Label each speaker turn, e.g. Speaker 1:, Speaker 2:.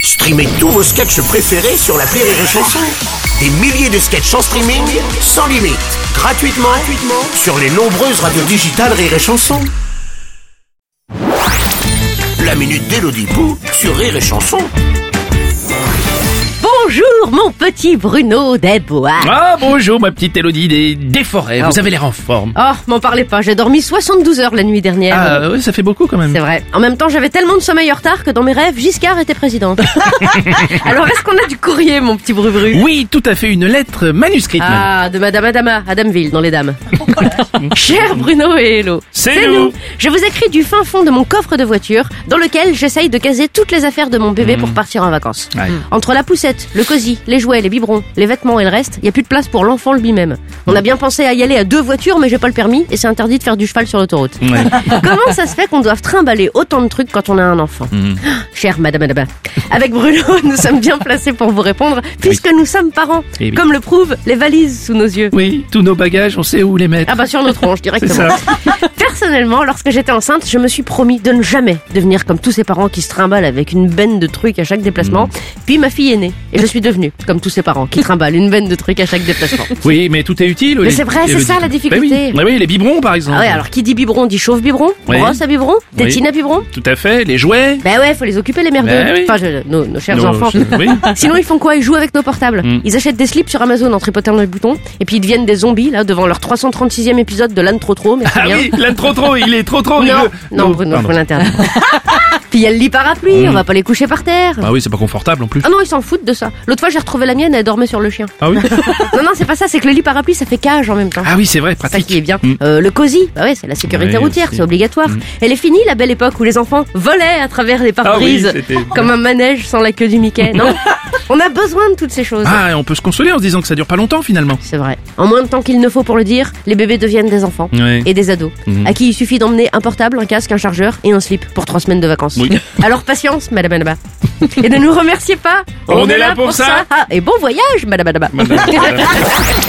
Speaker 1: Streamez tous vos sketchs préférés sur la Rire et Chanson. Des milliers de sketchs en streaming, sans limite, gratuitement, gratuitement sur les nombreuses radios digitales Rire et Chanson. La minute d'Elodie Pou sur Rire et Chanson.
Speaker 2: Bonjour mon petit Bruno Desbois.
Speaker 3: Ah bonjour ma petite Elodie des, des
Speaker 2: Ah,
Speaker 3: forêts, vous avez l'air en forme.
Speaker 2: Oh, m'en parlez pas, j'ai dormi 72 heures la nuit dernière.
Speaker 3: Ah oui, ça fait beaucoup quand même.
Speaker 2: C'est vrai. En même temps, j'avais tellement de sommeil en retard que dans mes rêves, Giscard était président. Alors, est-ce qu'on a du courrier, mon petit Brubru
Speaker 3: Oui, tout à fait une lettre manuscrite. même.
Speaker 2: Ah, de Madame Adama, Adamville, dans les dames. Cher Bruno et Hello,
Speaker 3: C'est nous.
Speaker 2: Je vous écris du fin fond de mon coffre de voiture, dans lequel j'essaye de caser toutes les affaires de mon bébé pour partir en vacances.
Speaker 3: Mmh.
Speaker 2: Mmh.
Speaker 3: Ouais.
Speaker 2: Entre la poussette, le cosy, les jouets, les biberons, les vêtements et le reste, il n'y a plus de place pour l'enfant lui-même.
Speaker 3: Mmh.
Speaker 2: On a bien pensé à y aller à deux voitures, mais j'ai pas le permis et c'est interdit de faire du cheval sur l'autoroute.
Speaker 3: Ouais.
Speaker 2: Comment ça se fait qu'on doive trimballer autant de trucs quand on a un enfant
Speaker 3: Mm.
Speaker 2: Chère Madame Adaba, avec Bruno, nous sommes bien placés pour vous répondre, puisque nous sommes parents,
Speaker 3: Eh oui.
Speaker 2: comme le prouvent les valises sous nos yeux.
Speaker 3: Oui, tous nos bagages, on sait où les mettre.
Speaker 2: Ah bah sur nos tronches
Speaker 3: C'est
Speaker 2: directement.
Speaker 3: ça.
Speaker 2: Personnellement, lorsque j'étais enceinte, je me suis promis de ne jamais devenir comme tous ces parents qui se trimballent avec une benne de trucs à chaque déplacement.
Speaker 3: Mm.
Speaker 2: Puis ma fille est née et je suis devenue comme tous ces parents qui trimballent une benne de trucs à chaque déplacement.
Speaker 3: Oui, mais tout est utile. Elodie.
Speaker 2: Ah, c'est vrai, c'est
Speaker 3: Elodie.
Speaker 2: ça, la
Speaker 3: Bah
Speaker 2: difficulté.
Speaker 3: oui. Bah oui, les biberons par exemple.
Speaker 2: Ah ouais, alors qui dit biberon dit chauffe biberon,
Speaker 3: Oui.
Speaker 2: brosse à biberon, tétine
Speaker 3: Oui.
Speaker 2: à biberon.
Speaker 3: Tout à fait, les jouets.
Speaker 2: Ben ouais, faut les occuper les merdeux.
Speaker 3: Ben oui.
Speaker 2: Enfin, je- nos, nos chers
Speaker 3: Nos-
Speaker 2: enfants.
Speaker 3: Oui.
Speaker 2: Sinon, ils font quoi Ils jouent avec nos portables.
Speaker 3: Hmm.
Speaker 2: Ils achètent des slips sur Amazon en tripotant le bouton. Et puis, ils deviennent des zombies, là, devant leur 336e épisode de l'âne trop trop. Mais c'est
Speaker 3: Ah
Speaker 2: bien.
Speaker 3: oui, là trop trop, il est trop trop.
Speaker 2: Non,
Speaker 3: il veut-
Speaker 2: non,
Speaker 3: Oh,
Speaker 2: Bruno,
Speaker 3: pardon. Hmm.
Speaker 2: faut l'interdire. puis, il y a le lit parapluie, on va pas les coucher par terre.
Speaker 3: Ah oui, c'est pas confortable en plus.
Speaker 2: Ah non, ils s'en foutent de ça. L'autre fois, j'ai retrouvé la mienne, elle dormait sur le chien.
Speaker 3: Ah oui.
Speaker 2: Non, non, c'est pas ça, c'est que le lit parapluie, ça fait cage en même temps.
Speaker 3: Ah oui, c'est vrai,
Speaker 2: C'est ça qui
Speaker 3: pratique.
Speaker 2: est bien.
Speaker 3: Mm.
Speaker 2: Euh, le cosy, bah ouais, c'est la sécurité
Speaker 3: Ouais,
Speaker 2: routière,
Speaker 3: aussi. Hmm.
Speaker 2: c'est obligatoire. Elle est finie la belle époque où les enfants volaient à travers les pare-brises
Speaker 3: Ah oui, c'était-
Speaker 2: comme un manège sans la queue du Mickey. Non, on a besoin de toutes ces choses.
Speaker 3: Ah, et on peut se consoler en se disant que ça dure pas longtemps finalement.
Speaker 2: C'est vrai. En moins de temps qu'il ne faut pour le dire, les bébés deviennent des enfants
Speaker 3: Ouais.
Speaker 2: et des ados,
Speaker 3: Mhm.
Speaker 2: à qui il suffit d'emmener un portable, un casque, un chargeur et un slip pour trois semaines de vacances.
Speaker 3: Oui.
Speaker 2: Alors patience, Madame Anaba. et ne nous remerciez pas.
Speaker 3: On est là pour ça.
Speaker 2: Ah, et bon voyage, Madame Anaba.
Speaker 3: Madame Anaba.